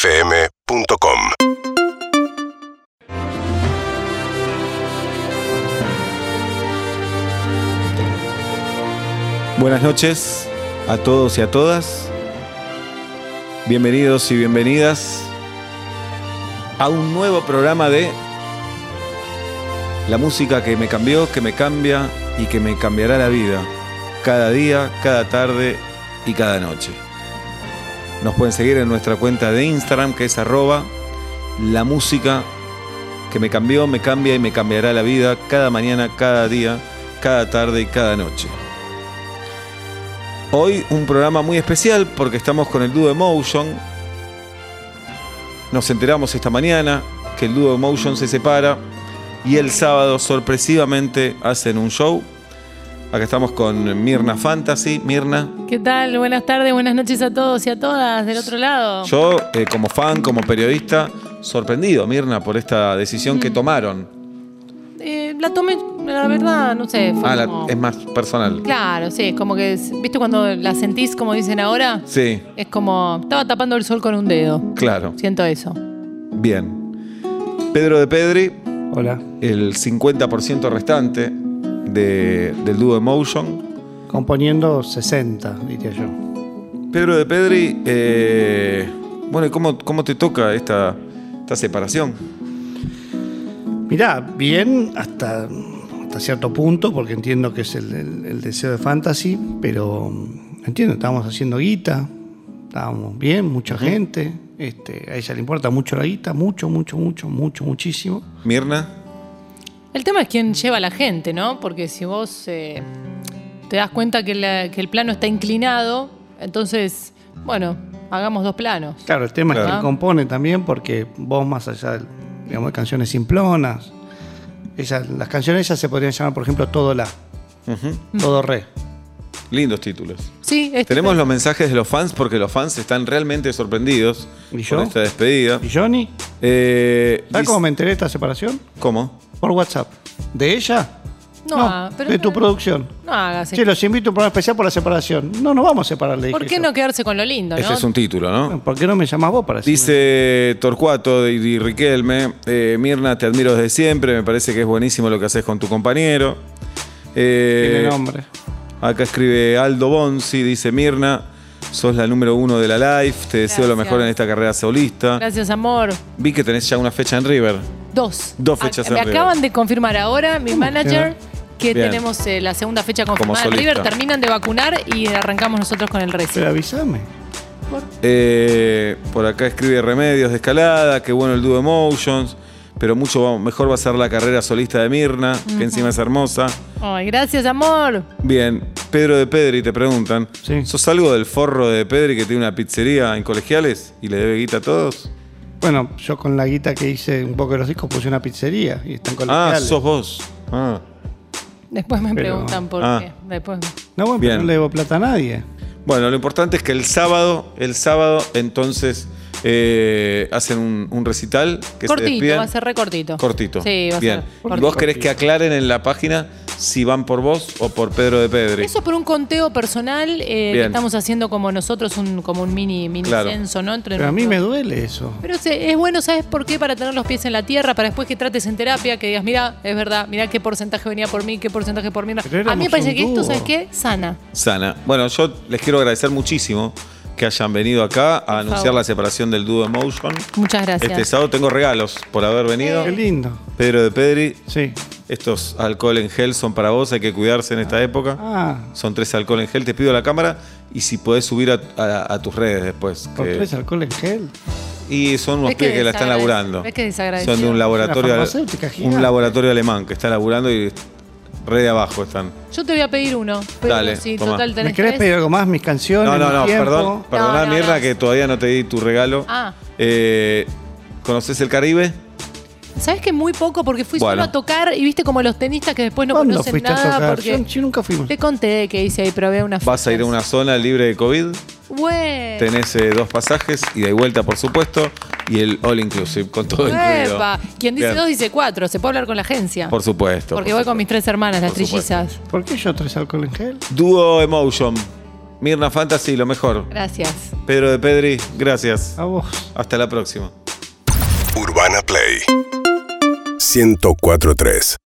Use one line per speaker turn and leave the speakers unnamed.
UrbanaPlayFM.com
Buenas noches a todos y a todas. Bienvenidos y bienvenidas a un nuevo programa de La música que me cambió, que me cambia y que me cambiará la vida. Cada día, cada tarde y cada noche. Nos pueden seguir en nuestra cuenta de Instagram que es arroba la música que me cambió, me cambia y me cambiará la vida cada mañana, cada día, cada tarde y cada noche. Hoy un programa muy especial porque estamos con el dúo Emotion. Nos enteramos esta mañana que el dúo Emotion se separa y el sábado sorpresivamente hacen un show. Acá estamos con Mirna Fantasy. Mirna,
¿Qué tal? Buenas tardes, buenas noches a todos y a todas del otro lado.
yo eh, como fan, como periodista, sorprendido, Mirna, por esta decisión
Mm.
que tomaron.
Eh, la tomé, la verdad, no sé. fue
Ah, la-
como-
es más personal.
Claro, sí, es como que, es- ¿viste cuando la sentís, como dicen ahora?
Sí,
Es como, estaba tapando el sol con un dedo.
claro.
Siento eso.
Bien. Pedro de Pedri,
Hola,
el 50% restante de- del dúo Emotion.
componiendo 60, diría yo.
Pedro de Pedri, eh, bueno, ¿y cómo, cómo te toca esta, esta separación?
Mirá, bien hasta, hasta cierto punto, porque entiendo que es el, el- el deseo de fantasy, pero mm, entiendo, estábamos haciendo guita, estábamos bien, mucha gente, este, a ella le importa mucho la guita, mucho, mucho, mucho, mucho, muchísimo.
Mirna,
El tema es quién lleva a la gente, ¿no? Porque si vos eh, te das cuenta que, la- que el plano está inclinado, entonces, bueno, hagamos dos planos.
Claro, el tema es
Claro.
que compone también, porque vos más allá del- digamos, de canciones simplonas, ella- las canciones ellas se podrían llamar, por ejemplo, Todo La, Todo Re.
lindos títulos.
Sí, es-
Tenemos los mensajes de los fans porque los fans están realmente sorprendidos
¿Y yo?
por esta despedida.
¿Y Johnny?
Eh,
¿Sabes
dice-
cómo me enteré de esta separación?
¿Cómo?
Por WhatsApp. ¿De ella?
No, pero-
de tu producción.
No hagas
Che, los invito a un programa especial por la separación. No nos vamos a separar, le dije
¿Por qué
yo.
no quedarse con lo lindo, no?
Ese Este es un título, ¿no?
Bueno, ¿Por qué no me llamás vos para decirme?
Dice Torcuato y- y Riquelme, eh, Mirna, te admiro desde siempre, me parece que es buenísimo lo que haces con tu compañero. Eh,
Tiene nombre.
Acá escribe Aldo Bonzi, dice Mirna, sos la número uno de la life, te deseo lo
Gracias.
mejor en esta carrera solista.
Gracias, amor.
Vi que tenés ya una fecha en River.
Dos.
Dos fechas
Ac- Me
en River.
acaban de confirmar ahora mi manager que
Bien.
tenemos eh, la segunda fecha confirmada en
solista.
River. Terminan de vacunar y arrancamos nosotros con el resto.
Pero avísame.
Eh, por acá escribe Remedios de Escalada, qué bueno el dúo Emotions, pero mucho va- mejor va a ser la carrera solista de Mirna, que encima es hermosa.
Ay, gracias, amor.
Bien, Pedro de Pedri te preguntan.
Sí.
¿Sos algo del forro de Pedri que tiene una pizzería en colegiales y le debe guita a todos?
Bueno, yo con la guita que hice un poco de los discos puse una pizzería y están
ah,
colegiales.
sos vos. Ah.
Después me
Pero-
preguntan por
Ah.
qué. Después.
No, bueno,
Bien.
pero no le debo plata a nadie.
Bueno, lo importante es que el sábado, el sábado, entonces eh, hacen un, un recital que se
Cortito,
despiden.
va a ser recortito.
cortito.
Sí, va a
Bien.
ser.
¿Y
cortito.
¿Vos querés que aclaren en la página si van por vos o por Pedro de Pedri?
Eso por un conteo personal eh, que
Bien.
estamos haciendo como nosotros, un, como un mini, mini
Claro.
censo, ¿no? Entre
Pero a mí
nuestros-
me duele eso.
Pero se- es bueno, ¿sabes por qué? Para tener los pies en la tierra, para después que trates en terapia, que digas, mira, es verdad, mira qué porcentaje venía por mí, qué porcentaje por mí.
Pero
A mí me
éramos
parece
un
que esto,
dúo.
¿sabes qué? Sana.
Sana. Bueno, yo les quiero agradecer muchísimo que hayan venido acá a anunciar
favor.
la separación del dúo Emotion.
Muchas gracias.
Este sábado tengo regalos por haber venido.
Qué lindo.
Pedro de Pedri,
Sí.
estos alcohol en gel son para vos, hay que cuidarse en esta época.
Ah,
Son tres alcohol en gel, te pido la cámara y si podés subir a, a- a tus redes después.
con
que-
tres alcohol en gel.
y son unos
¿Ves que
pibes que la están
desagradec-
laburando.
ves que desagradecido?
Son de un
Una
laboratorio,
farmacéutica gigante.
un laboratorio alemán que está laburando y re de abajo están.
Yo te voy a pedir uno. pero
Dale,
si
toma.
total tenés
¿Me querés
tres.
pedir algo más? Mis canciones.
No, no,
mi
no,
tiempo.
perdón,
No,
perdoná
no,
Mirna
no.
que todavía no te di tu regalo.
Ah.
Eh, ¿Conoces el Caribe?
¿Sabes que muy poco? Porque fui
Bueno.
solo a tocar y viste como los tenistas que después no
¿Cuándo
conocen
fuiste a
nada.
tocar? Yo,
Porque
yo nunca fui.
te conté que hice ahí, probé una
Vas a ir a una zona libre de COVID.
Bueno.
Tenés eh, dos pasajes, ida y de vuelta, por supuesto, y el all inclusive, con todo incluido.
Epa. Quien dice
Bien.
dos dice cuatro. Se puede hablar con la agencia.
Por supuesto.
Porque
por
voy con mis
supuesto.
tres hermanas, las
Por supuesto.
trillizas.
¿Por qué yo tres alcohol en gel?
Dúo Emotion. Mirna Fantasy, lo mejor.
Gracias.
Pedro de Pedri, gracias.
A vos.
Hasta la próxima.
Urbana Play 1043